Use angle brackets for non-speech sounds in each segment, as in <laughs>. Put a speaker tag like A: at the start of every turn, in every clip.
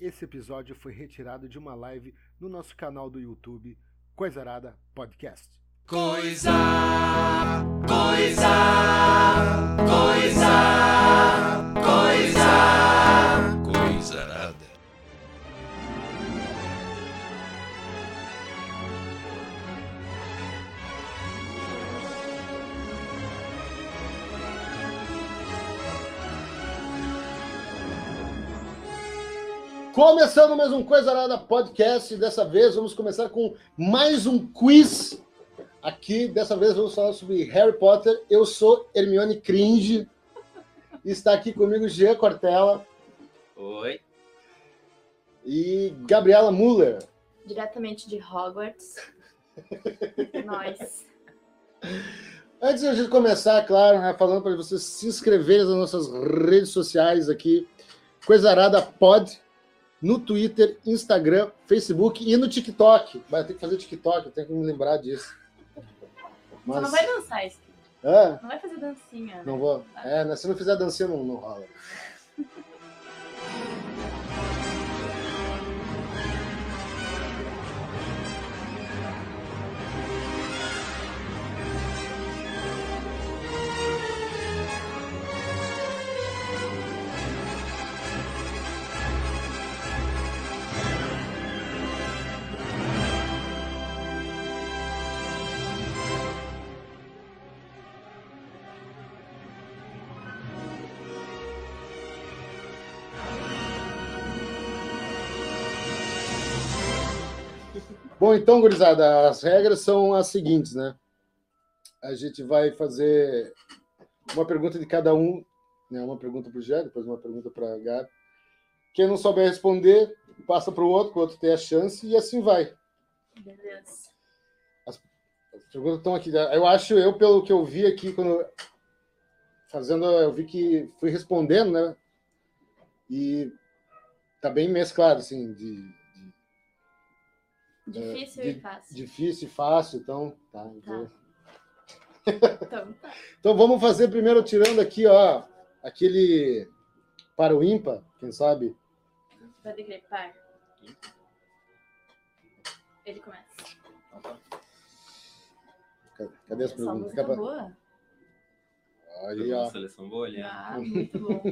A: Esse episódio foi retirado de uma live no nosso canal do YouTube, Coisarada Podcast.
B: Coisa, coisa, coisa, coisa, coisa nada.
A: Começando mais um Coisa Nada Podcast, dessa vez vamos começar com mais um quiz. Aqui, dessa vez vamos falar sobre Harry Potter. Eu sou Hermione Cringe. Está aqui comigo Jean Cortella
C: Oi.
A: e Gabriela Muller.
D: diretamente de
A: <laughs>
D: Hogwarts. Nós.
A: Antes de a gente começar, claro, né, falando para vocês se inscreverem nas nossas redes sociais aqui, Coisarada Pod, no Twitter, Instagram, Facebook e no TikTok. Vai ter que fazer TikTok, eu tenho que me lembrar disso.
D: Você não vai dançar isso.
A: É?
D: Não vai fazer dancinha.
A: Não vou. É, né, se não fizer dancinha, não, não rola. Bom, então, gurizada, as regras são as seguintes, né? A gente vai fazer uma pergunta de cada um, né? Uma pergunta para o Jean, depois uma pergunta para a Gabi. Quem não souber responder, passa para o outro, que o outro tem a chance, e assim vai.
D: Beleza.
A: É, As perguntas estão aqui. Eu acho, eu, pelo que eu vi aqui, quando fazendo, eu vi que fui respondendo, né? E tá bem mesclado, assim, de
D: Difícil e fácil.
A: difícil e fácil, então. Tá, então-
D: Então, tá.
A: Então vamos fazer primeiro tirando aqui, ó, aquele para o ímpar, quem sabe?
D: vai degrepar. Ele começa.
A: Ca- Cadê as
D: Essa
A: perguntas?
D: música é
A: Capa-
D: boa?
A: Aí, ó.
C: Seleção boa ali. né?
D: Ah, muito bom.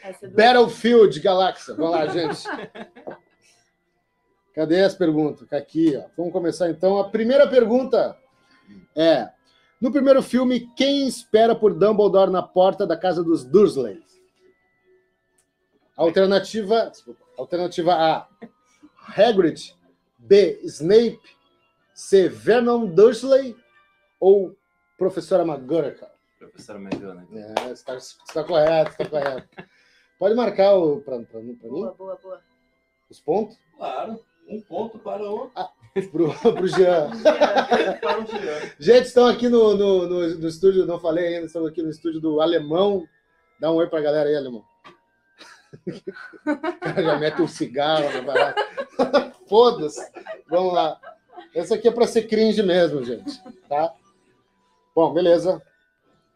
D: Essa é do...
A: Battlefield Galáxia. Vamos lá, gente. Cadê as perguntas? Tá Aqui, ó. Vamos começar então. A primeira pergunta é: No primeiro filme, quem espera por Dumbledore na porta da casa dos Dursley? Alternativa, desculpa, alternativa A: Hagrid, B: Snape, C: Vernon Dursley ou Professora McGonagall?
C: Professora McGonagall.
A: É, está, está correto, está correto. Pode marcar o para mim
D: Boa, boa, boa.
A: os pontos
C: Claro. Um ponto para o
A: pro, <laughs> pro Jean.
C: para o Juliano.
A: Gente, estão aqui no, no, no, no estúdio, não falei ainda, estamos aqui no estúdio do Alemão. Dá um oi pra galera aí, Alemão. O cara já mete um cigarro na barata. <laughs> Foda-se. Vamos lá. Essa aqui é pra ser cringe mesmo, gente. Tá? Bom, beleza.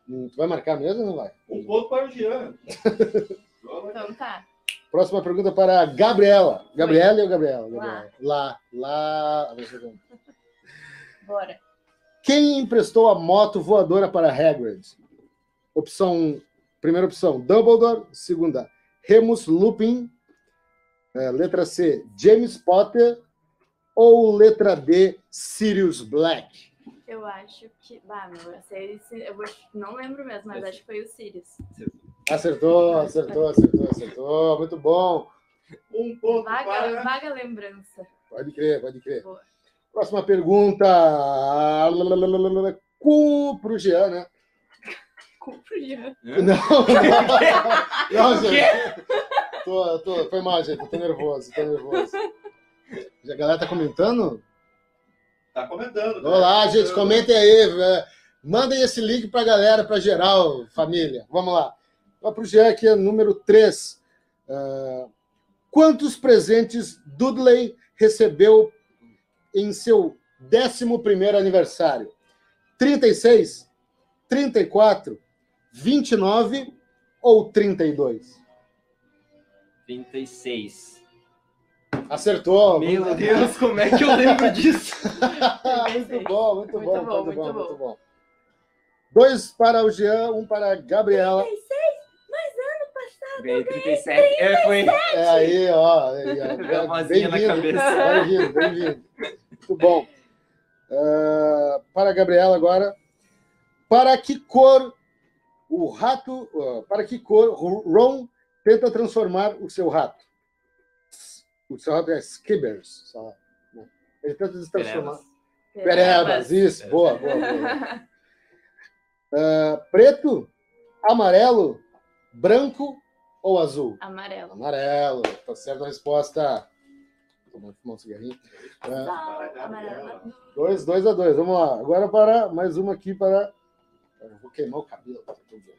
A: Hum, Tu vai marcar mesmo ou não vai?
E: Um ponto para o Jean.
D: Então tá.
A: Próxima pergunta para a Gabriela. Gabriela ou Gabriela?
D: Lá.
A: Gabriela. Lá, lá.
D: Bora.
A: Quem emprestou a moto voadora para Hagrid? Opção, um, primeira opção, Dumbledore. Segunda, Remus Lupin. É, letra C, James Potter. Ou letra D, Sirius Black.
D: Eu acho que. Bah, meu, eu sei. se- Eu vou... não lembro mesmo, mas acho que foi o Sirius.
A: Acertou, acertou, acertou, acertou. Muito bom.
E: Um ponto
D: Vaga,
E: para
D: vaga lembrança.
A: Pode crer, pode crer.
D: Boa. <laughs>
A: Próxima pergunta. Cu pro Jean, né?
D: Cumpro já.
F: É?
A: Não, gente. Tô, tô, foi mal, gente. Eu tô nervoso, tô nervoso. A galera tá comentando?
E: Tá comentando. né?
A: Olá, gente.
E: Comentando.
A: Comentem aí. né? Mandem esse link pra galera, pra geral, família. Vamos lá. Vai pro Jean aqui, é número 3. quantos presentes Dudley recebeu em seu 11 aniversário? 36, 34, 29 ou 32?
C: 36.
A: Acertou.
F: Meu Deus, como é que eu lembro disso?
A: Ah, muito bom, muito,
D: Muito
A: bom,
D: bom,
A: muito bom,
D: muito bom.
A: muito bom. Dois para o Jean, um para a Gabriela.
D: 36,
F: Ganhei 37. É, foi.
A: É aí, ó.
F: <laughs>
A: aí,
F: Deu uma
A: ó.
F: vozinha na
A: Bem-vindo,
F: cabeça.
A: bem-vindo, bem-vindo. Muito bom. Ah, para a Gabriela agora. Para que cor o rato. ah, para que cor o Ron tenta transformar o seu rato? O seu rato é Skibbers. só, né? Ele tenta se transformar. Perebas, isso, boa, boa, boa. Ah, preto, amarelo, branco ou azul?
D: Amarelo.
A: Amarelo, tá certa a resposta. Vou fumar um cigarrinho. Ah,
D: Só amarelo.
A: dois, dois a dois, vamos lá. Agora para mais uma aqui para. Cara, Eu vou queimar o cabelo. tá tudo bem.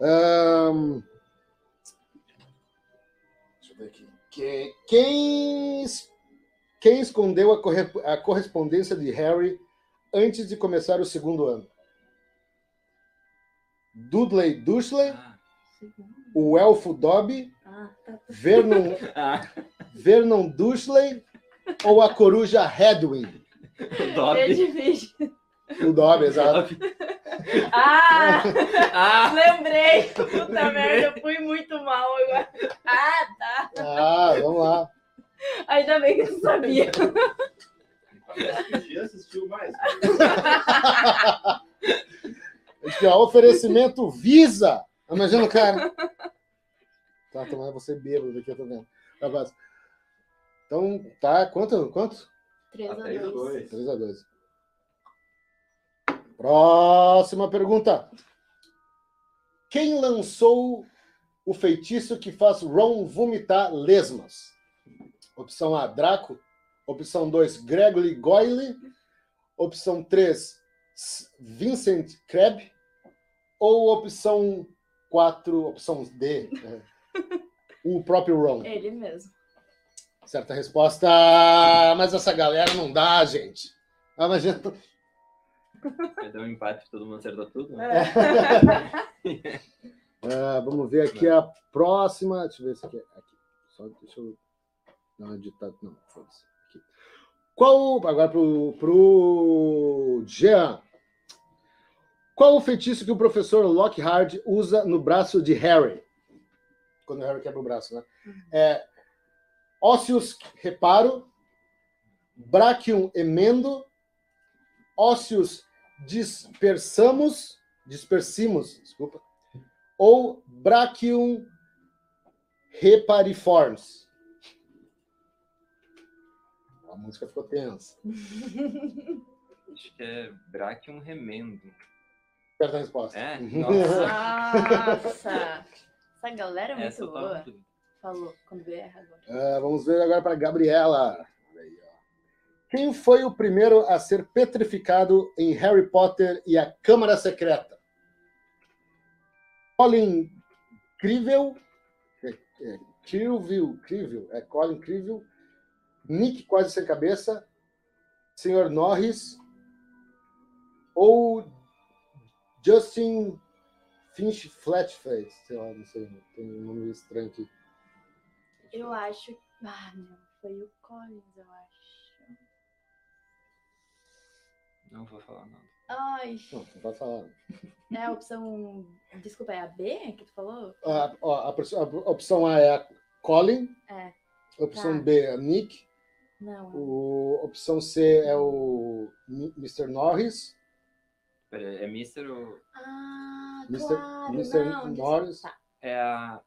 A: Ahn, Deixa eu ver aqui. Que- Quem, es- quem escondeu a, corre- a correspondência de Harry antes de começar o segundo ano? Dudley Dushley, o elfo Dobby,
D: Ah, tá.
A: Vernon,
F: Ah, <laughs>
A: Vernon Dushley ou a coruja Hedwig?
D: É
F: Dobby.
D: difícil.
A: O Dobby, exato.
F: Dobby.
D: Ah!
F: Ah,
D: <laughs> Lembrei, puta merda, eu fui muito mal agora. Ah, tá.
A: Ah, vamos lá.
D: Ainda bem que eu não sabia.
E: Parece que o Jean assistiu mais.
A: Aqui, ó, oferecimento Visa. Imagina o cara. Tá, tomar você bêbado aqui, eu tô vendo. Tá, basta. Então, tá, quanto? Quanto?
D: 3 a
C: Até
D: 2.
C: dois.
A: 3 a 2. Próxima pergunta. Quem lançou o feitiço que faz Ron vomitar lesmas? Opção A, Draco. Opção 2, Gregory Goyle. Opção 3, Vincent Krabbe. Ou opção 4, opção D, né? o próprio Ron.
F: <laughs>
D: Ele mesmo.
A: Certa resposta, mas essa galera não dá, gente. Ah, mas gente-
F: vai dar um empate, todo mundo acertou tudo? né?
D: É.
A: Ah, vamos ver aqui a próxima. Deixa eu ver se aqui. é- aqui. Só deixa eu dar uma ditada. Não, foda-se. Aqui. Qual. Agora pro, pro Jean. Qual o feitiço que o professor Lockhart usa no braço de Harry? Quando o Harry quebra o braço, né? É ósseos reparo, brachium emendo, ósseos dispersamos, dispersimos, desculpa, ou Brachium repariformes. A música ficou tensa.
F: Acho que é Brachium Remendo.
A: Certa resposta. Uhum.
F: É?
D: <laughs>
F: Nossa.
D: Nossa! Essa galera é muito
F: Essa eu
D: boa.
F: tava tudo.
D: Falou, quando erra agora.
A: Ah, vamos ver agora para Gabriela. Olha aí, ó. Quem foi o primeiro a ser petrificado em Harry Potter e a Câmara Secreta? Colin Crivel, é, é, Crivel, Crivel, é Colin Crivel, Nick quase sem cabeça, Sr. Norris ou Justin Finch Flatface, sei lá, não sei, tem um nome estranho aqui.
D: Eu acho. Ah, meu, foi o Collins, eu acho.
F: Não vou falar nada.
D: Ai,
A: Não, não pode falar. né?
D: é a opção. Desculpa, é a B que tu falou?
A: a, ó, a, pers- a opção A é a Colin.
D: É.
A: Opção
D: Tá.
A: B é a Nick.
D: Não.
A: O, opção C é o Mi- Mr. Norris.
F: Pera, é Mr. ou.
D: Ah,
A: Mr.
D: claro,
A: Mr.
D: não. desculpa.
A: Norris.
D: Tá.
F: É a.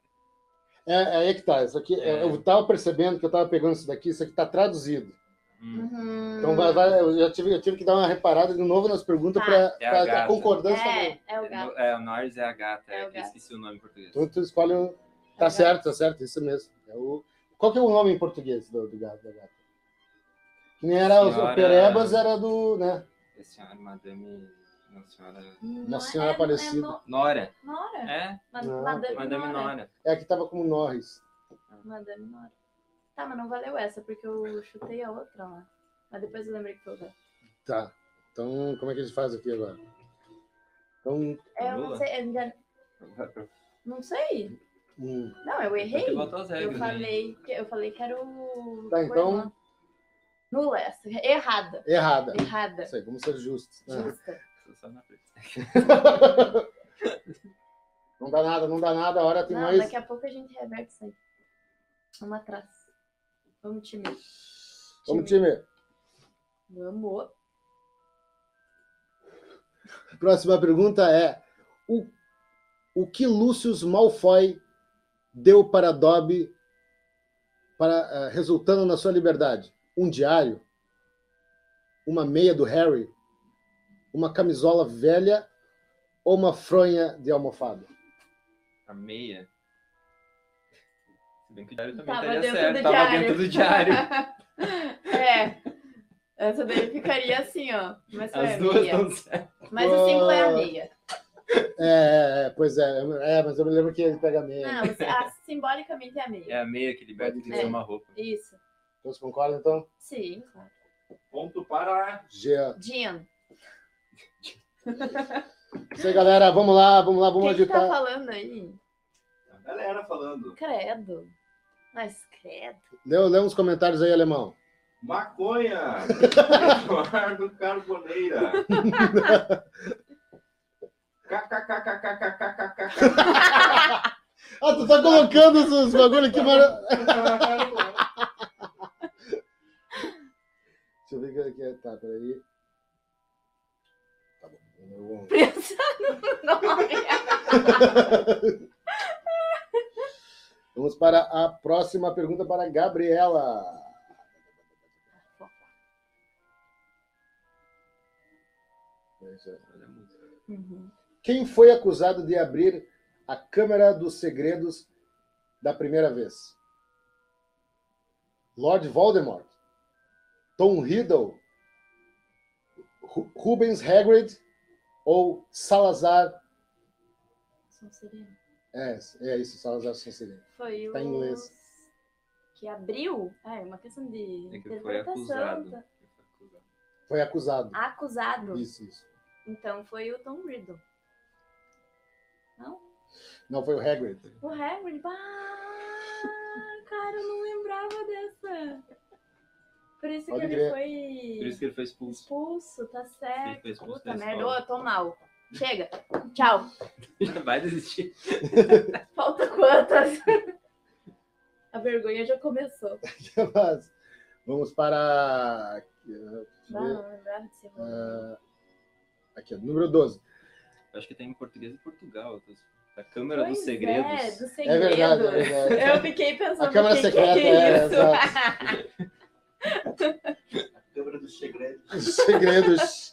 A: É, é aí que tá. Isso aqui,
F: É.
A: Eu tava percebendo que eu tava pegando isso daqui, isso aqui tá traduzido.
F: Hum,
D: Uhum.
A: Então vai, vai- eu já tive, eu tive que dar uma reparada de novo nas perguntas
D: Tá.
A: para
F: É
A: pra,
F: a
A: ter a
F: gata.
A: concordância. mesmo.
D: É, é o gato.
F: no- É, o Norris é a gata.
D: É o
F: É, que eu
D: gato.
F: esqueci o nome em português.
A: Então tu escolhe. o- Tá
D: É o gato.
A: certo, tá certo, isso mesmo. É o, qual que é o nome em português do, do gato? Da gata? Que nem era o- o
F: Senhora-
A: Perebas, era do. né?
F: É senhora Madame. Não, senhora.
D: Não,
A: Senhora
D: é-
A: Aparecida.
D: É no-
F: Nora.
D: Nora?
F: É?
D: Ma-
A: Não.
D: Madame,
F: Madame
D: Nora.
F: Nora.
A: É a que tava como Norris.
D: Madame Nora. Tá, mas não valeu essa, porque eu chutei a outra lá. Mas depois eu lembrei que foi o gato.
A: Tá. Então, como é que a gente faz aqui agora? Então,
D: É, eu não
F: Lula?
D: sei, eu ainda- não sei.
A: Hum.
D: Não, eu errei.
F: Ele botou as
D: Eu
F: regras. né?
D: falei, que- eu falei que era o.
A: Tá, então-
D: Nula essa. Errada.
A: Errada.
D: Errada.
A: Isso aí, vamos ser justos. né?
D: Justa.
F: Só na frente.
A: Ah, Não dá nada, não dá nada. A hora tem
D: Não, é
A: mais.
D: daqui a pouco a gente reverte isso aí. Vamos atrás. Vamos, time.
A: Vamos, time.
D: Vamos.
A: Próxima pergunta é: o, o que Lúcius Malfoy deu para Dobby para, eh, resultando na sua liberdade? Um diário? Uma meia do Harry? Uma camisola velha? Ou uma fronha de almofada?
F: A meia. Se bem que o diário também
D: Tava
F: estaria
D: dentro
F: certo.
D: do
F: Tava
D: diário.
F: dentro do
D: <laughs>
F: diário.
D: é. Essa daí ficaria assim, ó. Mas foi a
F: As duas
D: meia.
F: estão certas.
D: Mas o símbolo é a meia.
A: É, é, pois é, é, mas eu me lembro que ele pega a meia.
D: Não, você- ah, simbolicamente é a
F: É
D: meia.
F: a meia que liberta de
D: É.
F: ser uma roupa.
D: Isso.
A: Todos concordam então?
D: Sim, claro.
E: Ponto para
A: Jean.
D: Jean.
A: Isso aí, galera, vamos lá, vamos lá, vamos
D: Quem que tá
A: agitar.
D: falando aí?
E: a galera falando.
D: Credo. Mas credo. <laughs>
A: Lê, lê uns comentários aí, alemão.
E: Maconha! Eduardo Carboneira. KKKKKKKKK.
A: Ah, tu tá colocando esses bagulho aqui, mano. <laughs> Deixa eu ver o que é que é. Tá, peraí. Tá bom. Eu vou-
D: Pensando no nome.
A: Vamos para a próxima pergunta para a Gabriela. é,
D: Uhum.
A: Quem foi acusado de abrir a Câmara dos Segredos da primeira vez? Lord Voldemort, Tom Riddle, Ru- Rubens Hagrid ou Salazar
D: São Serena.
A: É, é isso, Salazar Sonserino.
D: Foi
A: Tá
D: o.
A: em inglês.
D: Que abriu? Ah, é uma questão de
F: É que foi
D: interpretação.
F: acusado.
D: tá?
A: Foi acusado.
D: Ah, Acusado.
A: Isso, isso.
D: Então foi o Tom Riddle.
A: Não, foi o Hagrid. <laughs>
D: O Hagrid. Ah, cara, eu não lembrava dessa. Por isso
A: Pode
D: que
A: crer.
D: ele foi.
F: Por isso que ele foi expulso. <laughs>
D: Expulso, tá
F: Ele foi
D: certo.
F: expulso
D: Puta
F: da
D: merda,
F: escola.
D: ô, tô mal. Chega. Tchau.
F: Já vai desistir.
D: Falta
A: <laughs>
D: quantas? A vergonha já começou.
A: Mas vamos para. eh,
D: Bah,
A: Deixa eu ver.
D: não lembrava desse rolê.
A: Ah, aqui, ó, número 12.
F: Eu acho que tem em português e Portugal. A Câmara
D: Pois
F: dos Segredos.
D: É, dos segredos.
A: É verdade, é verdade.
D: Eu fiquei pensando.
A: A Câmara
D: o que que
A: Secreta,
D: é,
A: é,
D: isso?
E: Câmara dos Segredos.
A: Os segredos.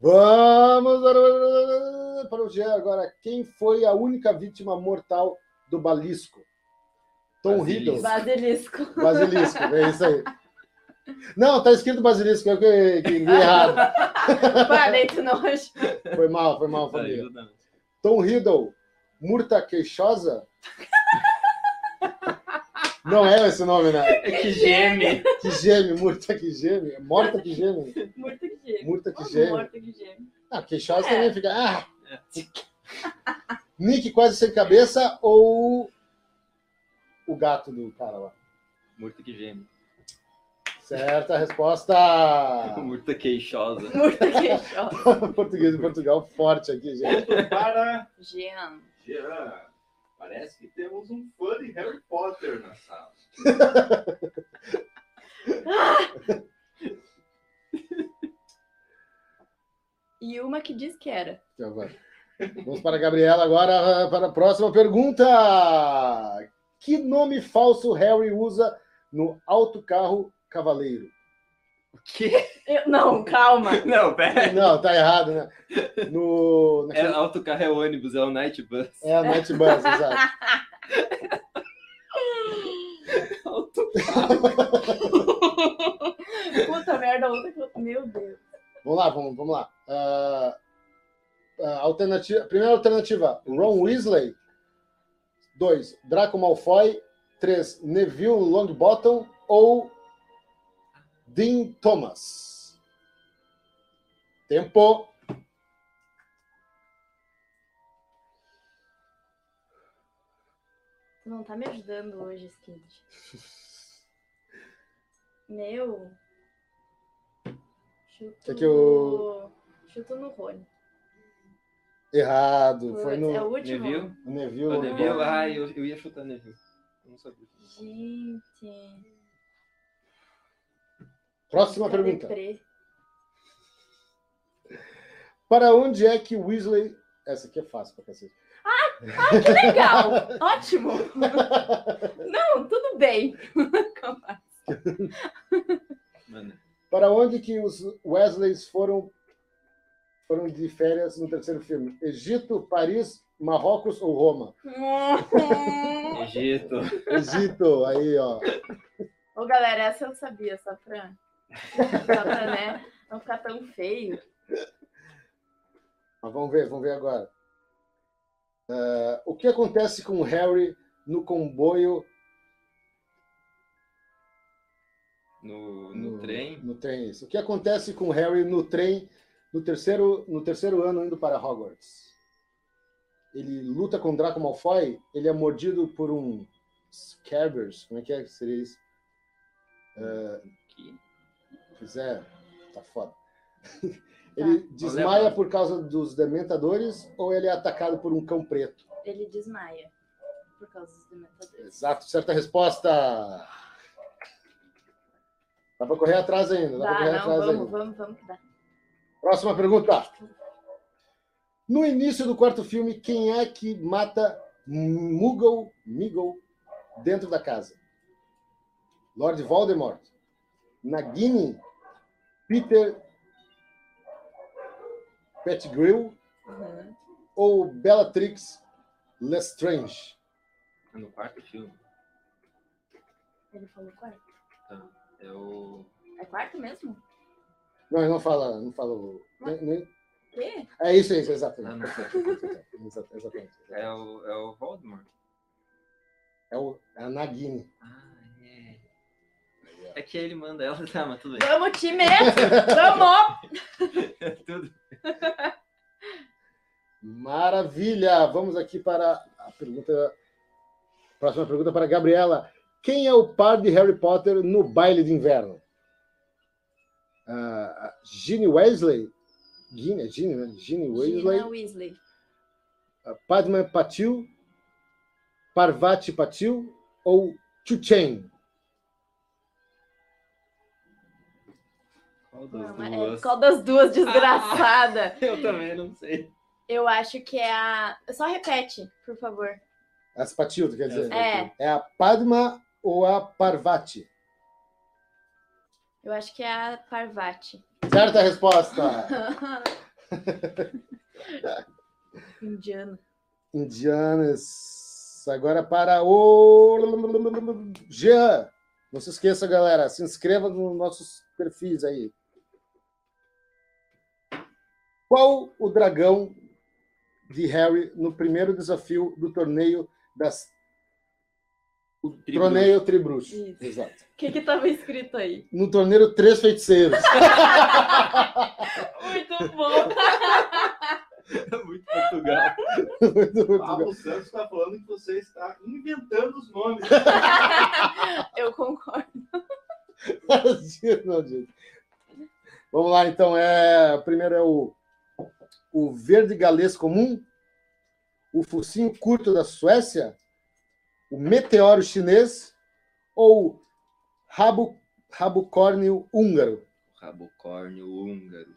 A: Vamos um para o Jean agora. Quem foi a única vítima mortal do balisco? Tom
F: Basilisco.
A: Riddle.
D: <laughs> Basilisco.
A: Basilisco, é isso aí. Não, tá escrito basilisco, eu que, que li errado.
D: Pá, daí tu não achou.
A: Foi mal, foi mal, família.
F: Ajuda. né?
A: Tom Riddle, Murta Queixosa? Não é esse nome, né?
F: É que geme.
A: Que geme, Murta que geme. Morta que geme.
D: Morto que gêmeo.
A: Murta que
D: Ô,
A: geme.
D: morto que gêmeo.
A: Ah, queixosa
D: É.
A: também fica. Ah! Nick quase sem cabeça ou o gato do cara lá?
F: Murta que geme.
A: Certa resposta. <laughs>
F: Murta queixosa.
D: Morto que chora.
A: Português de Portugal forte aqui, gente.
E: Ponto para
D: Jean.
E: Jean. Parece que temos um fã de Harry Potter na sala.
D: E uma que diz que era.
A: Já Então, vai. Vamos para a Gabriela agora, para a próxima pergunta. Que nome falso Harry usa no autocarro cavaleiro?
F: O quê?
D: Eu- não, calma.
F: Não, pera.
A: Não, tá errado, né? No,
F: É,
A: naquele-
F: autocarro é ônibus, é o night bus.
A: é a Night Bus, exato.
D: Puta merda, outra que eu. Meu Deus.
A: Vamos lá, vamos, vamos lá. Ah, ah, alternativa, primeira alternativa, Ron Weasley. 2. Draco Malfoy. 3. Neville Longbottom. Ou Dean Thomas. Tempo.
D: Tu não tá me ajudando hoje, Skid. Meu. Chuto.
A: Quer É que eu-
D: Chuto no Rony.
A: Errado. Foi
D: É
A: no
D: o último.
F: Neville?
A: no Neville.
F: Oh, Neville?
A: Longoria.
F: Ah, eu, eu ia chutar Neville. Eu não sabia.
D: Gente.
A: Próxima
D: tá
A: pergunta.
D: deprê.
A: Para onde é que Weasley. Essa aqui é fácil pra cacete.
D: Legal! Ótimo! <laughs> Não, tudo bem. <laughs> Calma.
F: Mano,
A: Para onde que os Wesleys foram foram de férias no terceiro filme? Egito, Paris, Marrocos ou Roma?
F: Egito.
A: Egito, aí, ó.
D: Ô, galera, essa eu sabia, só pra, só pra né, não ficar tão feio.
A: Mas vamos ver, vamos ver agora. Ah, o que acontece com o Harry no comboio
F: No, no trem.
A: No trem, isso. O que acontece com o Harry no trem no terceiro, no terceiro ano indo para Hogwarts? Ele luta com o Draco Malfoy, ele é mordido por um Scabbers, como é que é que seria isso?
F: Que-
A: quiser, tá foda. <laughs> Ele
D: Tá.
A: desmaia por causa dos dementadores ou ele é atacado por um cão preto?
D: Ele desmaia por causa dos dementadores.
A: Exato, certa resposta. Dá pra correr atrás ainda, dá, pra
D: Dá,
A: correr
D: não,
A: atrás
D: vamos,
A: ainda.
D: vamos, vamos que dá.
A: Próxima pergunta. No início do quarto filme, quem é que mata Muggle, Miggle dentro da casa? Lord Voldemort, Nagini, Peter Pettigrew
D: Uhum.
A: ou Bellatrix Lestrange?
F: É no quarto filme.
D: Ele falou quarto.
F: É o.
D: É quarto mesmo?
A: Não, ele não fala, não fala. o- nem- nem-
D: Quê?
A: É isso, é isso,
F: Ah,
A: exatamente.
F: não.
A: Exa- Exatamente.
F: É o, é o Voldemort.
A: É, o, é a Nagini.
F: Ah, é. É que ele manda ela. <laughs> Tá, mas tudo bem.
D: Vamos, time! Vamos!
F: É tudo.
A: Maravilha! Vamos aqui para a pergunta. Próxima pergunta para a Gabriela. Quem é o par de Harry Potter no baile de inverno? Ah, Ginny Weasley? Ginny, é Ginny, né? Ginny Weasley.
D: Gina Weasley.
A: ah, Padma Patil? Parvati Patil? Ou Chuchen?
F: Qual das
D: Não, é,
F: duas?
D: qual das duas, desgraçada?
F: Eu também não sei.
D: Eu acho que é a. Só repete, por favor.
A: As Patil, tu quer dizer?
D: É,
A: É a Padma ou a Parvati?
D: eu acho que é a Parvati.
A: Certa resposta!
D: Indiano.
A: Indianas. Agora para o Jean. Não se esqueça, galera. Se inscreva nos nossos perfis aí. Qual o dragão de Harry no primeiro desafio do torneio das
F: O
A: Torneio Tribruxo?
D: Isso.
A: Exato.
D: O que que tava escrito aí?
A: No torneio Três Feiticeiros.
D: Muito bom.
F: <laughs> Muito Portugal. <laughs>
A: Muito, muito bom.
E: Pablo Santos tá falando que você está inventando os nomes.
D: Eu concordo.
A: Não, gente. Vamos lá, então. É, o primeiro é o, o verde galês comum, o focinho curto da Suécia, o meteoro chinês ou o rabo, rabocórnio húngaro?
F: Rabocórnio húngaro.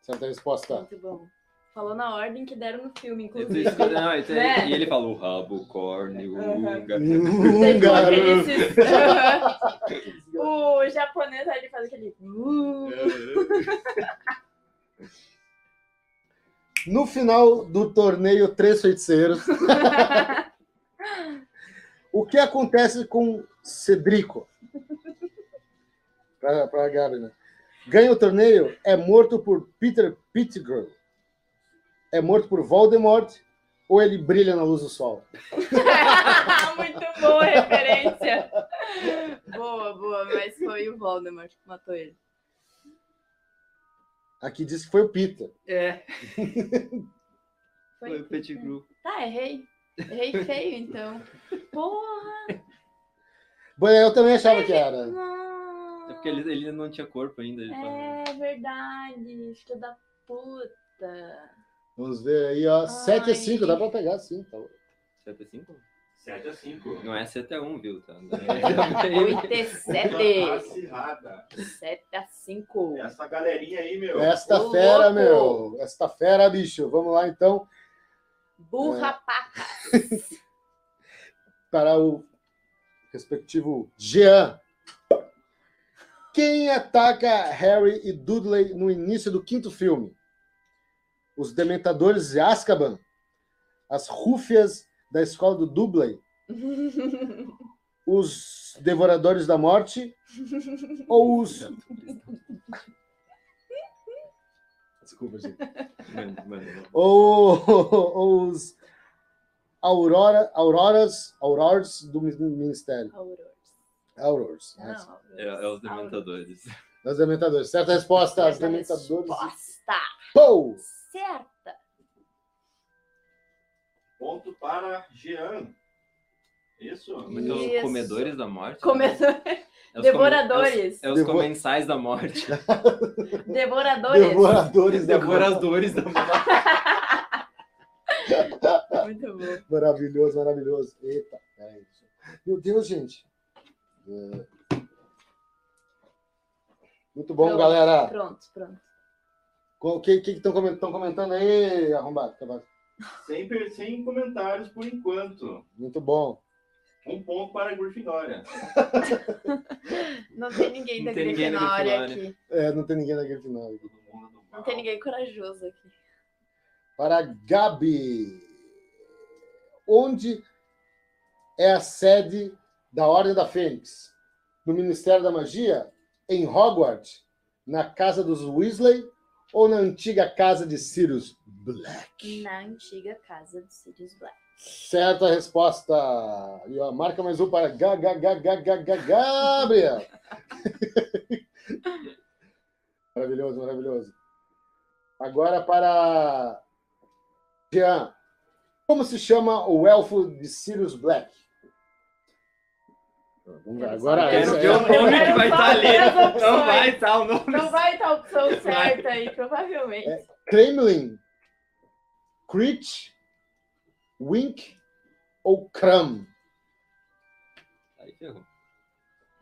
A: Certa resposta.
D: Muito bom. Falou na ordem que deram no filme,
F: Eu tô
D: inclusive. <laughs>
F: escutando- não, eu tô-
D: Né?
F: E ele falou rabocórnio húngaro.
D: Tem como
A: Húngaro.
D: aquele sis- o japonês ele faz aquele. "Uh".
A: No final do torneio Três Feiticeiros, o que acontece com Cedrico? Pra, pra Gabi, né? Ganha o torneio, é morto por Peter Pettigrew. É morto por Voldemort ou ele brilha na luz do sol?
D: <laughs> Muito boa a referência. Boa, boa, mas foi o Voldemort que matou ele.
A: Aqui diz que foi o Peter.
F: É, foi
D: Foi
F: o Pettigrew.
D: Tá, errei. Errei feio, então. Porra!
A: Bom, eu também achava que era.
D: Não.
F: É porque ele, né? ele não tinha corpo ainda. Ele tava-
D: É verdade, filho da puta.
A: Vamos ver aí, ó. 7 a 5, dá pra pegar sim. Tá. bom.
F: 7 a 5?
E: 7 a 5.
F: Não é 7 a 1,
A: <laughs>
F: viu? Tá? É,
D: 87,
E: Acirrada.
D: 7 a 5.
E: Essa galerinha aí, meu.
A: Esta
D: Ô,
A: fera,
D: louco.
A: meu. Esta fera, bicho. Vamos lá, então,
D: Burra
A: É.
D: paca.
A: para o respectivo Jean. Quem ataca Harry e Dudley no início do quinto filme? Os Dementadores de Azkaban? As Rúfias da Escola do Dudley? Os Devoradores da Morte? Ou os... Desculpa, gente.
F: Mano, mano.
A: ou, <laughs> ou os Aurora, Auroras, Auroras do mi- Ministério.
D: Auroras.
A: Auroras.
D: Não,
A: né?
D: Auroras.
F: É, é os
D: Auroras.
F: dementadores.
A: Os Dementadores. Certa resposta, os
D: Essa
A: Dementadores.
D: é Resposta
A: Pou!
D: certa.
E: Ponto para Jean. Isso?
F: Como é que é?
D: Isso.
F: Os comedores da morte?
D: Começou. <laughs>
F: É os
D: Devoradores.
F: come- É os, é os
A: Devo-
F: comensais da morte.
D: Devoradores.
A: Devoradores da Morte.
F: <laughs> Devoradores da morte.
D: Muito bom.
A: Maravilhoso, maravilhoso. Eita, peraí. Meu Deus, gente. É. Muito bom,
D: Pronto,
A: galera.
D: Pronto, pronto.
A: O que estão comentando, aí, arrombado? Tá Cavalo?
E: Sem, per- sem comentários por enquanto.
A: Muito bom.
E: Um ponto para a Grifinória.
D: Não tem ninguém da
F: Não tem ninguém da né?
D: Grifinória
F: Grifinória.
D: aqui.
A: É, não tem ninguém naquele final.
E: Todo mundo do mal.
D: Não tem ninguém corajoso aqui.
A: para Gabi. Onde é a sede da Ordem da Fênix? No Ministério da Magia? Em Hogwarts? Na casa dos Weasley? Ou na antiga casa de Sirius Black?
D: Na antiga casa do Sirius Black.
A: Certa resposta. E ó, marca mais um para Ga- Ga- Ga- Ga- Ga- Ga- Gabriel. <laughs> maravilhoso, maravilhoso. Agora para Jean. Como se chama o elfo de Sirius Black? Vamos lá, Agora
F: Quero
A: essa
F: ver
A: é-
F: o
D: Eu
F: nome que
D: quero
F: vai estar
D: falar as
F: ali.
D: opções.
F: Não vai estar o nome.
D: Não vai estar a opção certa aí, provavelmente.
A: Kremlin, Crit, Wink ou Cram?
F: Aí ferrou.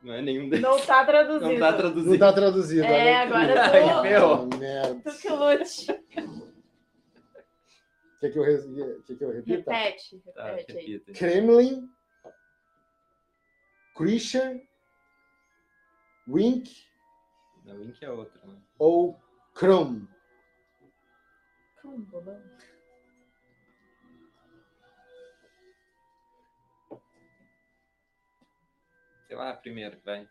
F: Não é nenhum deles.
D: Não tá traduzido.
F: Não tá
A: Não
F: traduzido.
A: está traduzido.
D: É,
A: olha aqui.
D: agora
F: eu tô- Aí ferrou.
A: Puta merda.
D: Tu que lute.
A: Quer que eu, res- quer que eu repita?
D: Repete,
F: Tá,
D: repete aí.
F: repita.
A: Kremlin, Creature, Wink
F: Não, Wink é outro, né?
A: ou Chrome?
D: Como bobão?
F: Sei lá, primeiro, vai.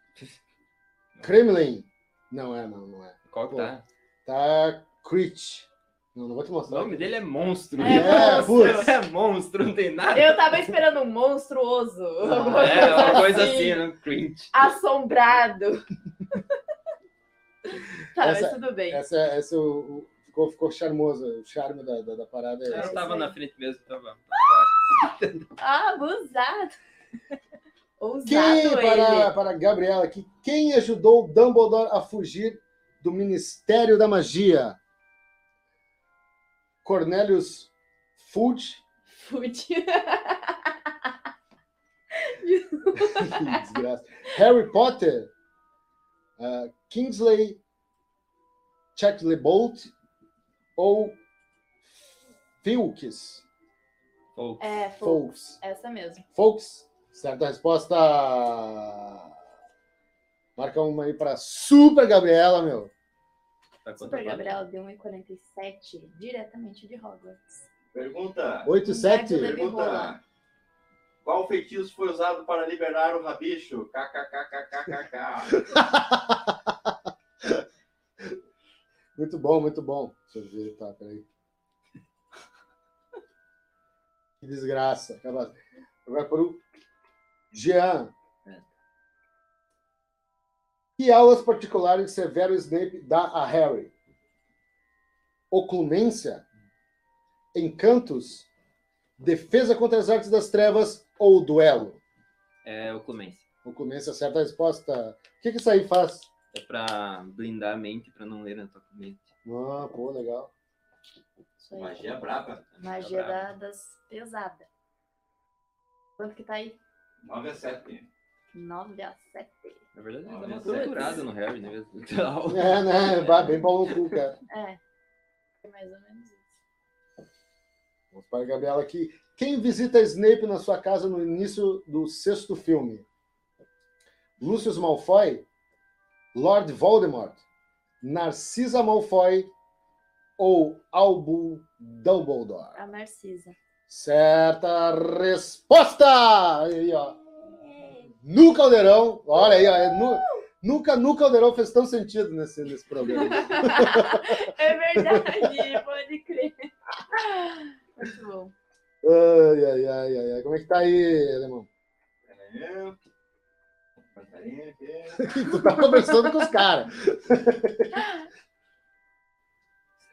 A: Kremlin. Não é, não, não é.
F: Qual que tá?
A: Tá Crit. Não, não vou te
F: O
A: mostrar.
F: nome dele é Monstro.
D: É,
A: É, putz.
F: É monstro, não tem nada.
D: Eu tava esperando um monstruoso. um alguma
F: É,
D: coisa
F: uma coisa assim, né? Cringe.
D: Assombrado. tá,
A: Essa- é.
D: mas tudo bem.
A: Essa, essa o, o- ficou, ficou charmoso. O charme da, da, da parada é
F: Eu
A: esse.
F: tava na frente mesmo, tava.
D: Ah, abusado. <laughs> Ousado
A: Quem,
D: ele.
A: para, para a Gabriela aqui, quem ajudou Dumbledore a fugir do Ministério da Magia? Cornelius Fudge?
D: Fude.
A: Que <laughs> desgraça. Harry Potter, ah, Kingsley Shacklebolt Bolt ou Filkes?
F: Ou
D: É, Fou.
A: Folks.
D: Essa mesmo.
A: Folks, certa resposta. Marca uma aí para Super Gabriela, meu.
F: tá quanto
D: Super
F: agora?
D: Gabriel deu 1,47 diretamente de Hogwarts. é
E: Pergunta.
A: 8 e 7.
D: Deve
E: Pergunta.
D: rolar.
E: Qual feitiço foi usado para liberar o rabicho? KKKKKKK.
A: Muito bom, muito bom. Deixa eu ver, tá, peraí. Que desgraça. Acaba- Agora para o Jean.
F: É.
A: Que aulas particulares Severo Snape dá a Harry? Oclumência? Encantos? Defesa contra as artes das trevas ou duelo?
F: É o Clemência.
A: O começo é certa a resposta. O que, que isso aí faz?
F: É pra blindar a mente, pra não ler na tua mente.
A: Ah, pô, legal. <laughs>
D: Isso aí.
E: Magia braba.
D: Magia
F: Tá bravo.
D: da- das pesadas. Quanto que tá aí?
E: 9 a 7.
D: 9 a 7.
F: Na verdade, ele
E: Olha,
F: dá uma
E: isso é-
F: saturada no
E: <laughs>
F: Harry, né? Literal.
A: É, né? Bah, Bem pau no cu, cara.
D: É. É mais ou menos isso.
A: Vamos para a Gabriela aqui. Quem visita Snape na sua casa no início do sexto filme? Lucius Malfoy? Lord Voldemort? Narcisa Malfoy? Ou Albus Dumbledore?
E: <laughs>
D: A Narcisa. <laughs>
A: Certa resposta! Aí, ó. No Caldeirão, olha aí, ó. é nu- nunca no Caldeirão fez tão sentido nesse, nesse programa.
D: <laughs> É verdade, pode crer. Muito bom.
A: Ai, ai, ai, ai, ai. Como é que tá aí, alemão? <laughs>
E: Passarinho aqui.
A: Tu tá conversando com os caras.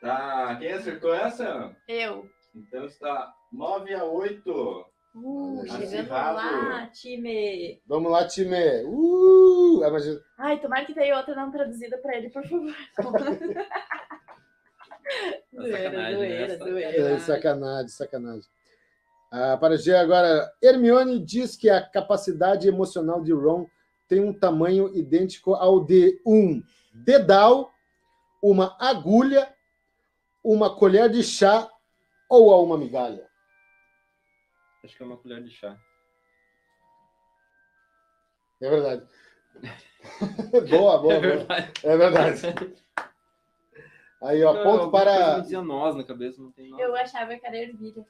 E: Tá. Quem acertou essa?
D: Eu.
E: Então está 9 a 8.
D: Uh,
A: Olha,
D: chegando
E: acirrado.
D: lá, time.
A: Vamos lá, time. Uh! Ah, mas
F: É
D: Ai, tomara que tenha outra não traduzida pra ele, por
E: <laughs>
D: favor. <laughs>
E: Tá
F: Sacanagem, né?
A: é sacanagem, sacanagem. Ah, para G agora, Hermione diz que a capacidade emocional de Ron tem um tamanho idêntico ao de um dedal, uma agulha, uma colher de chá ou a uma migalha.
F: Acho que é uma colher de chá.
A: É verdade. <laughs> boa,
F: <laughs>
A: boa, boa. É verdade. Aí, ó, Tá, ponto para.
F: Não tinha nós na cabeça, não tem nós.
D: Eu achava que era ervilha.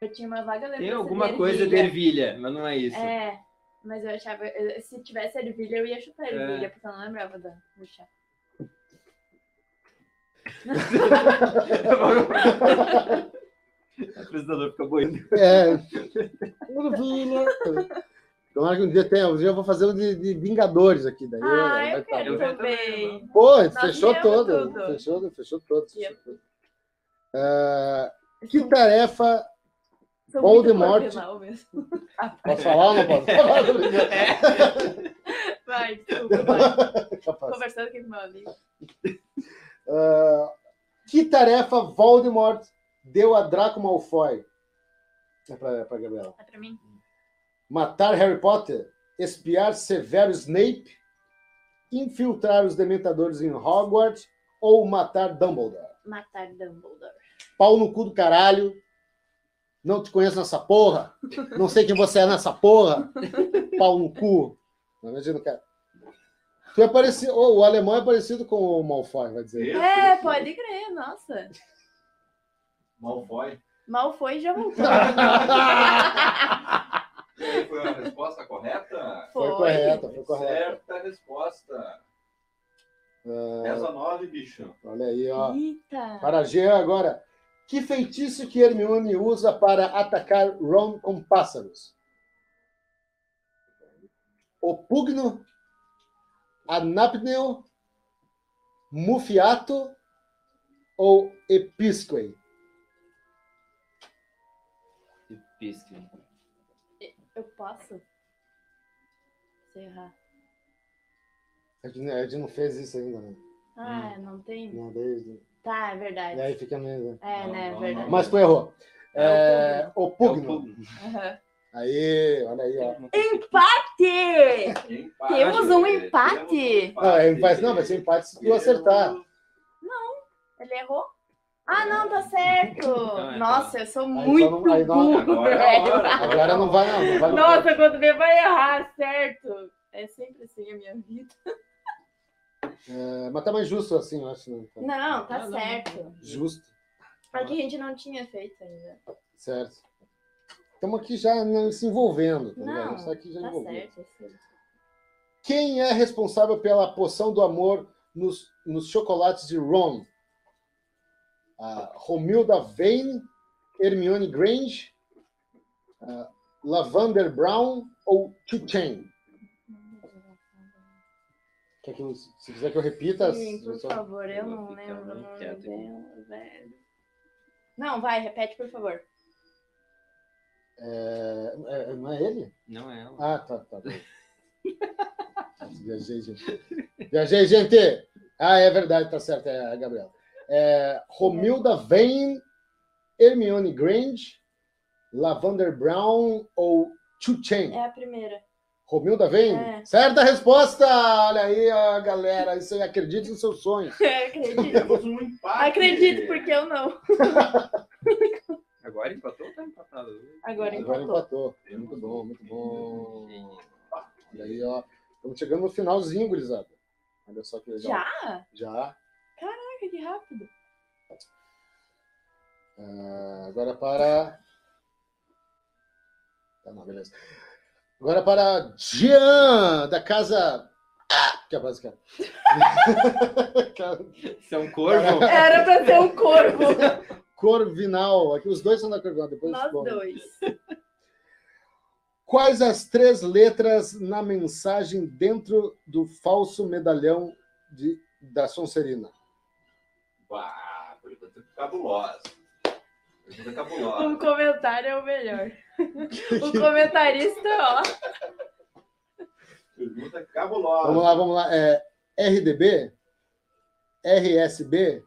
D: Eu tinha uma vaga lembrança
F: Tem
D: de
F: alguma coisa de ervilha, mas não é isso. <laughs>
D: É, mas eu achava. eu- Se tivesse ervilha, eu ia chutar
F: É.
D: ervilha, porque eu não lembrava da do chá.
F: O apresentador fica boiando.
A: É. né? Tomara que um dia tenha. Um dia eu vou fazer um de, de Vingadores aqui. Daí
D: Ah,
A: vai
D: eu
A: estar
D: quero
A: bom.
D: também.
A: Pô,
D: Nós
A: fechou
D: viemos
A: todo.
D: tudo.
A: Fechou, fechou todo. fechou
D: Viemos.
A: tudo. Ah, que tarefa.
D: Sou
A: Voldemort.
D: muito
F: <laughs>
D: corvinal mesmo.
A: Posso falar ou não <laughs> posso?
F: É.
D: <laughs> Vai, desculpa, vai.
A: Capaz.
D: Conversando aqui com meu amigo.
A: Ah, que tarefa Voldemort deu a Draco Malfoy? É pra, pra Gabriela.
D: É pra mim?
A: Matar Harry Potter? Espiar Severo Snape? Infiltrar os Dementadores em Hogwarts? Ou matar Dumbledore?
D: Matar Dumbledore.
A: pau no cu do caralho. Não te conheço nessa porra. Não sei quem você é nessa porra. Pau no cu. Não imagina, cara. Tu é parecido, ô, o alemão é parecido com o Malfoy, vai dizer.
E: Isso,
D: É,
E: isso.
D: pode crer, nossa.
E: Malfoy.
D: Mal foi e já voltou.
E: E aí, Foi a resposta
A: <laughs>
E: correta?
A: Foi correta, foi correta.
E: Certa resposta.
A: É.
E: 10 a 9, bicho.
A: Olha aí, ó.
D: Eita!
A: Para a Jean agora. Que feitiço que Hermione usa para atacar Ron com pássaros? O Pugno, Anapneu, Mufiato ou Episque?
F: E
E: É
F: pisca.
D: Eu posso? Se errar.
A: A gente a gente não fez isso ainda, né?
D: Ah, não tem.
A: Não, daí,
D: Tá, é verdade.
A: daí fica meio...
D: É,
E: Não,
D: né? É
E: não,
D: verdade.
E: não.
A: Né? Mas tu errou.
F: É
A: É, o
F: É o
A: Pugno. É.
F: pugno.
D: Aham.
A: Aí, olha aí, ó.
D: Tê!
E: Empate.
D: Temos um empate.
E: Temos um empate.
A: Não, é empate, não, vai ser empate se tu acertar.
D: Ele errou? Ah, não, tá certo!
F: é,
D: Nossa, eu sou
A: não-
D: muito
A: aí não-
D: burro,
E: Então tá. Agora
D: <laughs>
E: é a hora.
D: velho.
A: Agora não vai, não. não vai, não.
D: Nossa, quando vem vai errar, certo? É sempre assim a minha vida.
A: É, mas tá mais justo assim, eu acho. Né?
D: Não, tá
F: Não, não.
D: certo.
A: Justo,
D: É que a gente não tinha feito ainda.
A: certo. Estamos aqui já né, se envolvendo, tá
D: Não,
A: ligado? Isso aqui já
D: Tá
A: envolveu.
D: certo. assim.
A: Quem é responsável pela poção do amor nos, nos chocolates de Ron? A Romilda Vane, Hermione Grange, a Lavander Brown ou Chichain? Quer que eu, se quiser que eu repita,
D: Sim,
A: eu
D: por
A: só-
D: favor, eu
F: eu vou
D: não
F: ficar
D: lembro o
F: muito
D: nome
F: quieto aqui.
D: dela, velho. Não, vai, repete, por favor.
A: É, é- não é ele?
F: Não é ela.
A: Ah, tá, tá. tá. Viajei, gente. Viajei, gente! Ah, é verdade, tá certo, é a Gabriela. É, Romilda Vane, Hermione Grange, Lavander Brown ou Chu Chen?
D: É a primeira. <laughs>
A: Romilda Vane?
D: É.
A: Certa resposta! Olha aí, ó, galera, isso aí, acredite nos seus sonhos.
D: Acredito.
E: Temos um empate.
D: Acredito, porque eu não.
F: Agora empatou ou tá empatado?
A: Agora
D: Agora empatou.
A: empatou.
E: É,
A: Muito bom, muito bom. Olha aí, ó. Estamos chegando no finalzinho, gurizada. Olha só que legal.
D: Já?
A: Já.
D: Caraca, que rápido.
A: Ah, Agora para. Tá, não, beleza. Agora para Jean, da casa. Ah, Que é básica. <laughs>
F: Isso é um corvo?
D: Era pra ser um corvo.
A: Corvinal. Aqui <laughs> os dois são da Corvinal. Depois
D: Nós
A: eu explico.
D: dois.
A: Quais as três letras na mensagem dentro do falso medalhão de, da Sonserina?
E: <laughs> Bah, pergunta cabulosa. Pergunta
D: Um
E: cabulosa.
D: comentário é o
A: <laughs>
D: melhor. O comentarista, ó.
E: Pergunta
A: Vamos
E: cabulosa.
A: lá, vamos lá. É, RDB, RSB,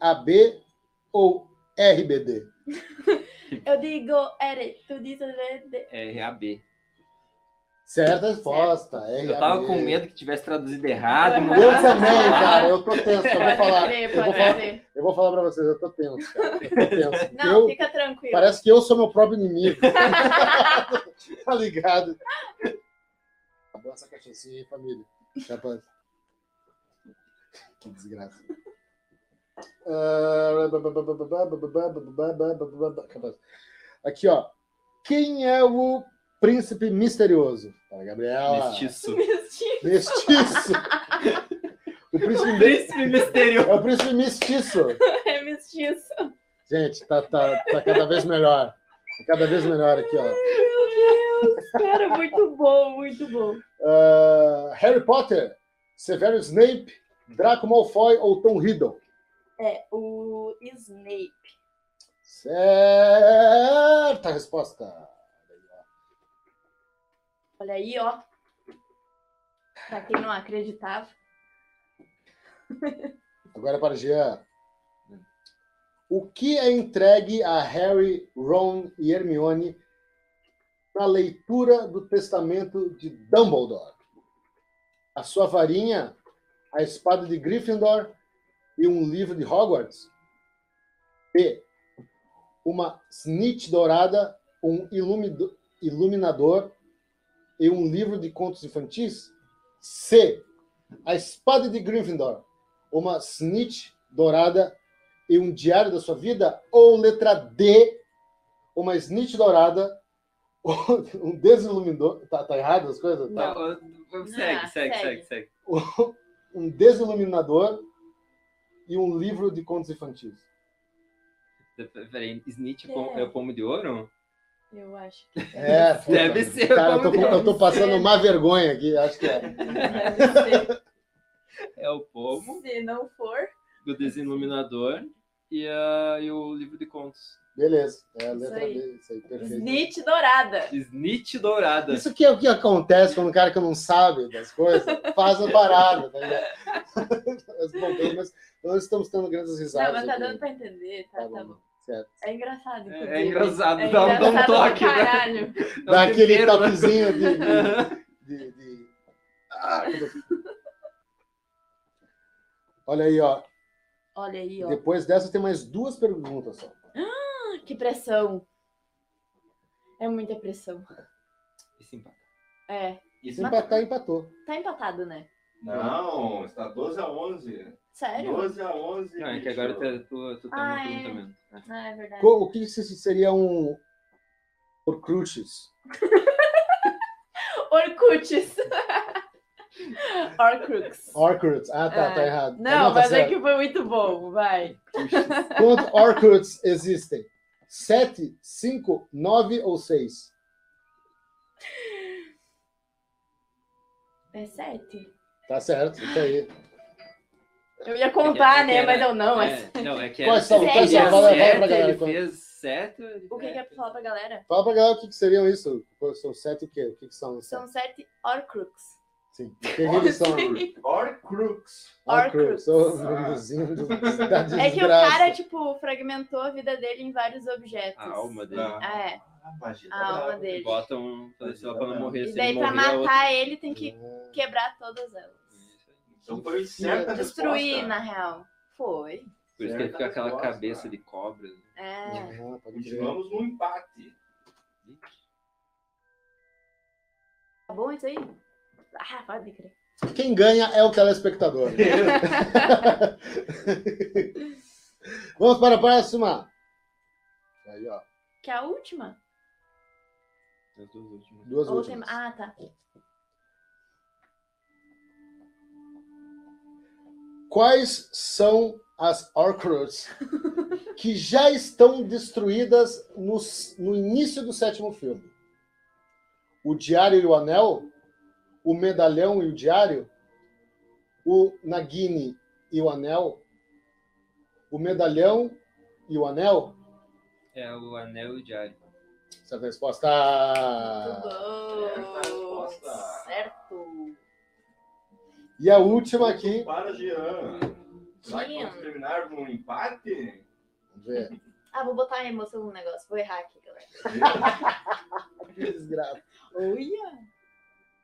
A: RAB ou RBD?
D: Eu digo, Ere, tu diz né, a verdade.
F: É RAB.
A: Certa resposta.
E: É
A: RAB.
F: Eu tava com medo que tivesse traduzido errado.
E: <laughs>
F: mas-
A: Eu também, cara. Eu tô tenso. Eu vou
D: Pode
A: falar.
D: crer,
A: eu, vou
D: pode
A: falar
D: crer.
A: eu vou falar pra vocês. Eu tô tenso, cara. Eu tô tenso.
D: Não,
A: Eu-
D: fica tranquilo. <laughs>
A: parece que eu sou meu próprio inimigo. <laughs> tá ligado? Acabou essa cachaçinha aí, família. Capaz. Que desgraça. Ah, capaz. Aqui, ó. Quem é o príncipe misterioso? Fala, Gabriela.
F: Mestiço.
D: Mestiço.
A: Mestiço. O príncipe
F: Príncipe misterioso.
A: É o príncipe mestiço.
D: É mestiço.
A: Gente, tá, tá, tá cada vez melhor. Tá cada vez melhor aqui, ó.
D: Meu Deus. Cara, muito bom, muito bom.
A: Ah, Harry Potter, Severo Snape, Draco Malfoy ou Tom Riddle?
D: É, o Snape.
A: Certa resposta.
D: Olha aí, ó. Pra quem não acreditava.
A: Agora é para Jean. O que é entregue a Harry, Ron e Hermione na leitura do testamento de Dumbledore? A sua varinha, a espada de Gryffindor e um livro de Hogwarts? B. Uma snitch dourada, um ilumido- iluminador e um livro de contos infantis? C. A espada de Gryffindor, uma snitch dourada e um diário da sua vida? Ou letra D, uma snitch dourada, <laughs> um desiluminador. Tá, tá errado as coisas? Tá.
F: Não, Segue,
D: Ah,
F: segue, segue,
D: segue.
F: segue.
A: um desiluminador e um livro de contos infantis.
F: Peraí, Snitch é
D: É.
F: pom- é o pomo de ouro?
D: Eu acho que
A: É,
F: Deve
A: puta,
F: ser,
A: Cara, eu tô,
F: vamos ver.
A: eu tô passando uma vergonha aqui, acho que é.
D: deve ser.
F: É o pomo
D: Se não for,
F: do desiluminador e, a- e o livro de contos.
A: Beleza. É a letra
D: aí.
A: B, isso aí, perfeito.
D: Snitch dourada.
F: Snitch dourada.
A: Isso que é o que acontece quando um cara que não sabe das coisas faz a parada, tá ligado? <laughs> Mas, bom, pelo menos nós estamos tendo grandes
D: Não,
A: risadas.
D: mas tá
A: aqui.
D: dando pra entender. Tá, tá bom.
A: Certo.
D: É engraçado.
F: É-
D: inclusive.
F: É engraçado,
D: É
F: dá, um- dá um
D: engraçado pra
F: toque. Né?
D: Caralho. <laughs>
F: Dá um
A: Dá aquele
F: tempero, né?
A: toquezinho de- de,
F: Aham.
A: de- de- Ah, como eu- Olha aí, ó.
D: Olha aí, ó.
A: Depois dessa tem mais duas perguntas só.
D: Ah, Que pressão. É muita pressão.
F: Esse empate.
D: É.
A: Se empatar, empatou.
D: Tá empatado, né?
E: Não, está 12 a 11.
D: Sério?
E: 12 a 11.
F: Não, é que agora
E: bicho.
F: tu, tu, tu tá
D: Ah,
F: uma
D: é.
F: pergunta mesmo.
D: Ah, é verdade.
A: Co- O que se- seria um Orcrutis?
F: <laughs>
D: Orcutis. Orcrux.
A: Orcrutis. Ah, tá,
D: É.
A: tá errado.
D: Não,
A: Ah, tá
D: mas é
A: certo.
D: que foi muito bom, vai.
A: Quantos Orcruts existem? Sete, cinco, nove ou seis?
D: É sete?
A: Tá certo, isso aí.
D: Eu ia contar,
F: É que
D: né?
F: era-
D: Mas eu não, mas.
F: É, não, é que
A: Quais
F: era-
A: são?
F: ele
D: Quais são?
F: fez
D: Fala- fala pra é?
F: sete,
A: galera
F: ele
A: qual-
F: fez Certo?
D: O que, que é pra falar pra galera?
A: Fala pra galera o que, que seriam isso. Pô, São sete o quê? O que, que são? os
D: São sete Horcrux.
A: Sim. O que, que eles são?
E: Horcrux.
D: <laughs>
A: Horcrux. O
E: Ah.
A: númerozinho do- da desgraça.
D: É que o cara, tipo, fragmentou a vida dele em vários objetos.
F: A alma dele.
C: Ah,
D: Ah, é.
E: Ah, imagina.
D: A alma
F: E
D: dele.
F: botam fazer só pra é, não morrer
D: E
F: se ele
D: daí, pra
F: morrer. a outra-
D: matar ele, tem
A: É.
D: que quebrar todas elas.
E: Então foi certa a
D: Destruir,
E: resposta.
D: na real. Foi.
F: Por isso que ele fica com aquela
E: Certa
F: cabeça
E: resposta.
F: de cobra. né?
D: É.
A: Ah, pode crer.
E: Continuamos no empate.
D: Tá bom isso aí? Ah, pode crer.
A: Quem ganha é o telespectador. <laughs> né? Vamos para a próxima. Aí, ó.
D: Que é a última?
F: As duas últimas.
A: Duas
D: Ou tem...
A: últimas.
D: Ah, tá.
A: Quais são as Horcruxes que já estão destruídas no, no início do sétimo filme? O Diário e o Anel? O Medalhão e o Diário? O Nagini e o Anel? O Medalhão e o Anel?
F: É o anel e o diário.
A: Essa é a resposta.
D: Muito bom.
E: certa resposta.
D: Certo.
A: E a última aqui.
E: Para, Jean. Será que
D: Jean.
E: vamos terminar num empate?
A: Vamos ver.
D: Ah, vou botar a emoção no negócio. Vou errar aqui, galera.
A: Que desgraça.
D: Olha!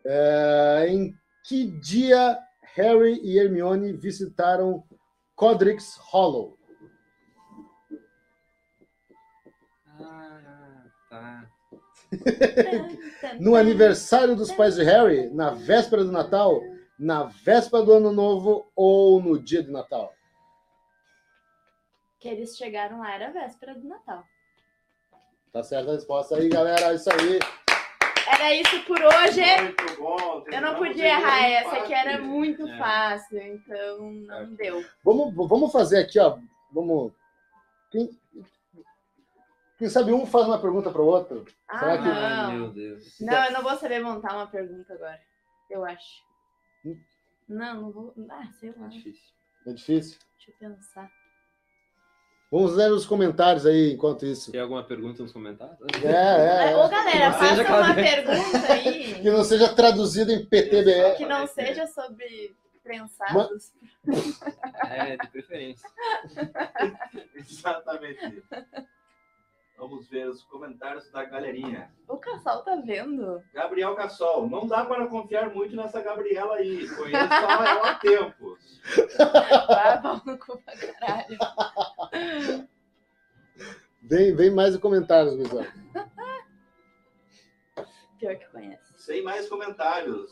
A: É, em que dia Harry e Hermione visitaram Codrix Hollow?
F: Ah, tá.
A: No aniversário dos pais de Harry? Na véspera do Natal? Na véspera do Ano Novo ou no dia de Natal?
D: Que eles chegaram lá, era a véspera do Natal.
A: Tá certa a resposta aí, galera. É Isso aí.
D: Era isso por hoje. é
E: Muito bom.
D: Eu não
E: terminamos
D: podia
E: em um
D: errar essa,
E: empate.
D: que era muito
F: É.
D: fácil, então não deu.
A: Vamos, vamos fazer aqui, ó. Vamos. Quem, quem sabe um faz uma pergunta para o outro?
D: Ah,
A: Será que-
F: Ai,
D: não.
F: meu Deus.
D: Não, eu não vou saber montar uma pergunta agora, eu acho.
A: Hum?
D: Não, não vou. Ah, sei lá.
F: Tá difícil.
A: É difícil.
D: Deixa eu pensar.
A: Vamos ler os comentários aí enquanto isso.
F: Tem alguma pergunta nos
D: <laughs>
F: comentários?
A: É, é.
D: Ô,
A: é.
D: galera,
F: Não
D: faça
F: seja aquela-
D: uma pergunta aí
A: <laughs> Que não seja traduzido em PTBR.
D: que não
F: Exatamente.
D: seja sobre prensados.
F: É, de preferência.
E: <laughs> Exatamente. Vamos ver os comentários da galerinha.
D: O Cassal tá vendo?
E: Gabriel Cassol, não dá para confiar muito nessa Gabriela aí. Conheço ela
D: <laughs>
E: há tempos.
D: Vai, pau no cu pra caralho.
A: Vem, vem mais comentários, Luizão.
D: Pior que conhece.
E: Sem mais comentários.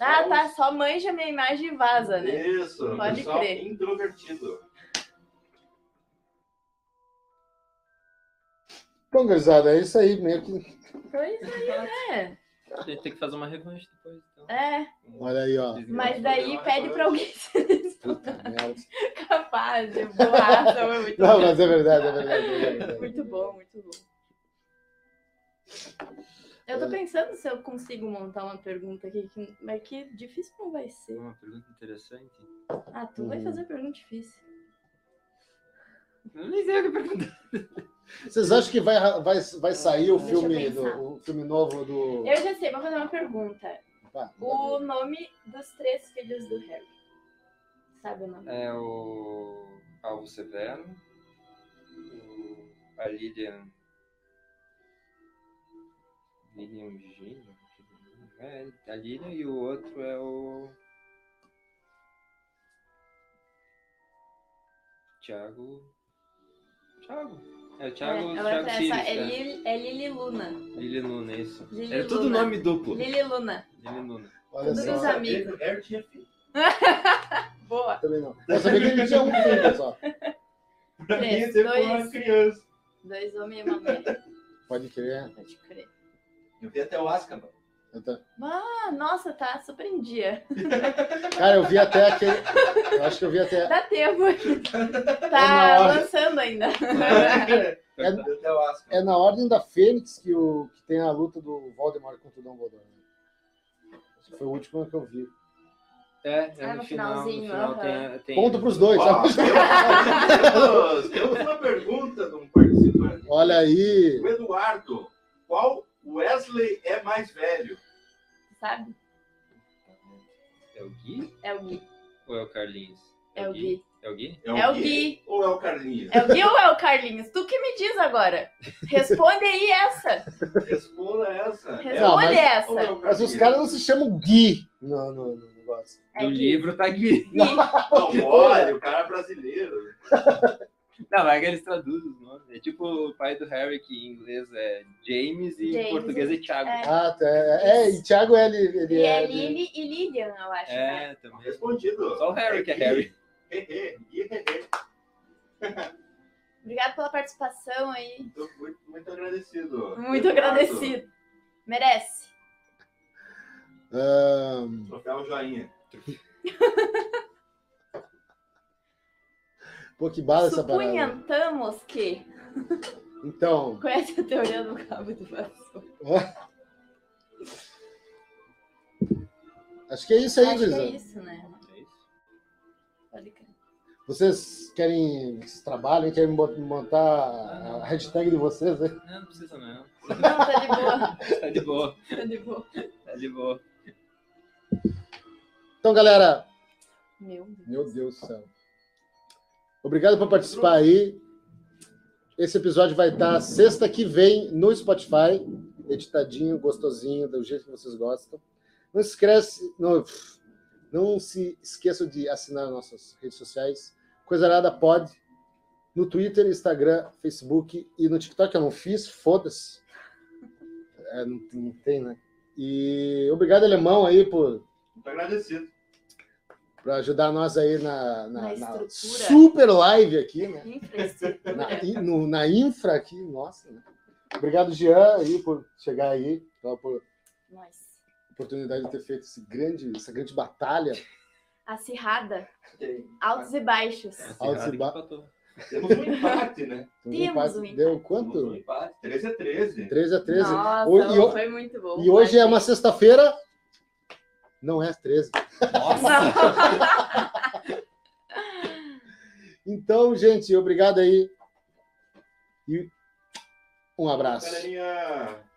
D: Ah, tá. Só manja minha imagem e vaza, né?
E: Isso,
D: Pode
E: pessoal
D: crer.
E: introvertido.
A: Bom, gurizada, é isso aí. Meio que...
D: Pois é, né?
F: A gente tem que fazer uma revanche depois. Então.
D: É,
A: Olha aí, ó.
D: mas
E: Vamos
D: daí
E: fazer uma
D: pede pra alguém <laughs> ser
A: Puta merda.
D: capaz de voar. Então é muito
A: Não,
D: bom.
A: mas é verdade, é verdade. É verdade.
D: Muito bom, muito bom. Eu
F: É.
D: tô pensando se eu consigo montar uma pergunta aqui, que- mas que difícil não vai
F: Tem
D: ser.
F: uma pergunta interessante.
D: Ah, tu vai
A: Uhum.
D: fazer pergunta difícil.
F: Eu nem sei o que perguntar.
A: Vocês acham que vai, vai, vai sair o
D: Deixa eu
A: filme,
D: pensar.
A: do, o filme novo do.
D: Eu já sei, vou fazer uma pergunta.
A: Pá,
D: O nome dos três filhos do Harry. Sabe o nome?
F: É o Alvo Severo, o... a Lilian. Lilian Gino? É, a Lilian e o outro é o. Thiago. Thiago. É o Thiago,
D: é,
F: Thiago
D: agora tem
F: Sirius.
D: essa. É,
F: né?
D: Lili, é Lili Luna.
F: Lilian Luna, isso.
D: Lili
F: Era É tudo
D: Luna.
F: nome duplo.
D: Lili Luna.
F: Lilian Luna.
A: Olha
D: Todos
A: só.
D: os amigos.
E: Harry tinha filho.
D: Boa.
A: Também não. Eu sabia que ele tinha um filme só.
E: Pra mim,
D: Três,
E: sempre foi uma
D: dois.
E: criança.
D: Dois homens e uma mulher.
A: Pode crer.
D: Pode crer.
E: Eu vi até o Asca,
D: <laughs>
A: Eu tô-
D: Ah, nossa, tá super em dia.
A: Cara, eu vi até aquele. Eu acho que eu vi até.
D: Dá
F: <laughs>
D: tempo.
A: na
D: Tá
A: hora.
D: lançando ainda.
A: É-
E: Eu vi até o Asca.
A: É na Ordem da Fênix que, o, que tem a luta do Voldemort contra o Dumbledore. Né? Esse foi o último que eu vi.
F: É, é
D: Ah,
F: no final. No
D: no finalzinho,
F: final
D: aham.
F: tem, a- tem.
A: Ponto pros dois.
E: Ó,
A: sabe?
E: temos- Temos uma pergunta de um participante.
A: Olha aí.
E: O Eduardo, qual Wesley é mais velho?
D: Sabe?
F: É o Gui
D: É o Gui.
F: ou é o Carlinhos?
D: É o Gui.
F: É o Gui?
D: É o Gui.
E: Ou é o Carlinhos?
D: É o Gui ou é o Carlinhos? Tu que me diz agora. Responde
A: <laughs>
D: aí essa.
E: Responda essa. É
D: Responde
A: mas-
E: o- ou é
D: essa.
E: o
A: Mas os
E: Carlinhos?
A: caras não se chamam Gui no, no, no negócio.
D: É
F: Do
D: Gui.
F: livro tá Gui. <laughs>
D: Gui.
E: Não, olha, o cara é brasileiro.
F: Não, mas é que eles traduzem os nomes. É tipo o pai do Harry, que em inglês é James e em
D: James,
F: português é Thiago.
D: é.
A: Ah, tá. É, e Thiago ele, ele
D: E é
A: é. de-
D: Lily e Lilian, eu acho. né?
F: É, também.
E: Respondido.
F: Só o Harry que é
E: <laughs>
F: Harry.
E: Hehe, hehe.
D: Obrigado pela participação aí.
E: Tô muito, muito agradecido. Eduardo,
D: Muito agradecido. Merece.
A: Ahn,
E: Troféu um joinha.
A: pô, que bala essa parada.
D: Supunhantamos que.
A: Então,
D: Conhece a teoria do cabo do vassoura?
A: acho que é isso aí,
D: Acho que é
A: Luísa.
D: isso, né?
F: É isso?
D: Pode crer.
A: Vocês querem. Vocês trabalham, querem bot- montar a hashtag de vocês, né?
F: Não, não precisa não.
D: Não, tá de boa.
F: Tá de boa.
D: Tá de boa.
F: Tá de boa.
A: Então, galera,
D: Meu Deus.
A: meu Deus do céu. Obrigado por participar aí. Esse episódio vai estar sexta que vem no Spotify, editadinho, gostosinho, do jeito que vocês gostam. Não se esquece, não, não se esqueçam de assinar nossas redes sociais. Coisa Nada pode no Twitter, Instagram, Facebook e no TikTok. Eu não fiz, foda-se. É, não, não tem, né? E obrigado, Alemão, aí, por
E: Muito agradecido.
A: para ajudar nós aí na, na-
D: Na
A: na
D: estrutura.
A: super live aqui, né?
D: Infraestrutura.
A: Na, in- no- na infra aqui, nossa. né? Obrigado, Jean, aí, por chegar aí, pela por-
D: Nós.
A: oportunidade de ter feito esse grande, essa grande batalha.
D: Acirrada.
E: Tem-
D: Altos e baixos.
A: Altos e
F: Errado que
A: ba-
F: empatou.
E: Temos um empate, né?
A: Um
D: Temos
A: empate-
D: um empate.
A: Deu
E: Temos um
A: quanto?
E: empate. 13 a 13.
A: 13 a 13.
D: Nossa,
A: Hoje- e ho-
D: foi muito bom.
A: e hoje é <laughs> uma sexta-feira. Não é 13.
F: Nossa!
A: Então, gente, obrigado aí. E um abraço.
E: Galerinha.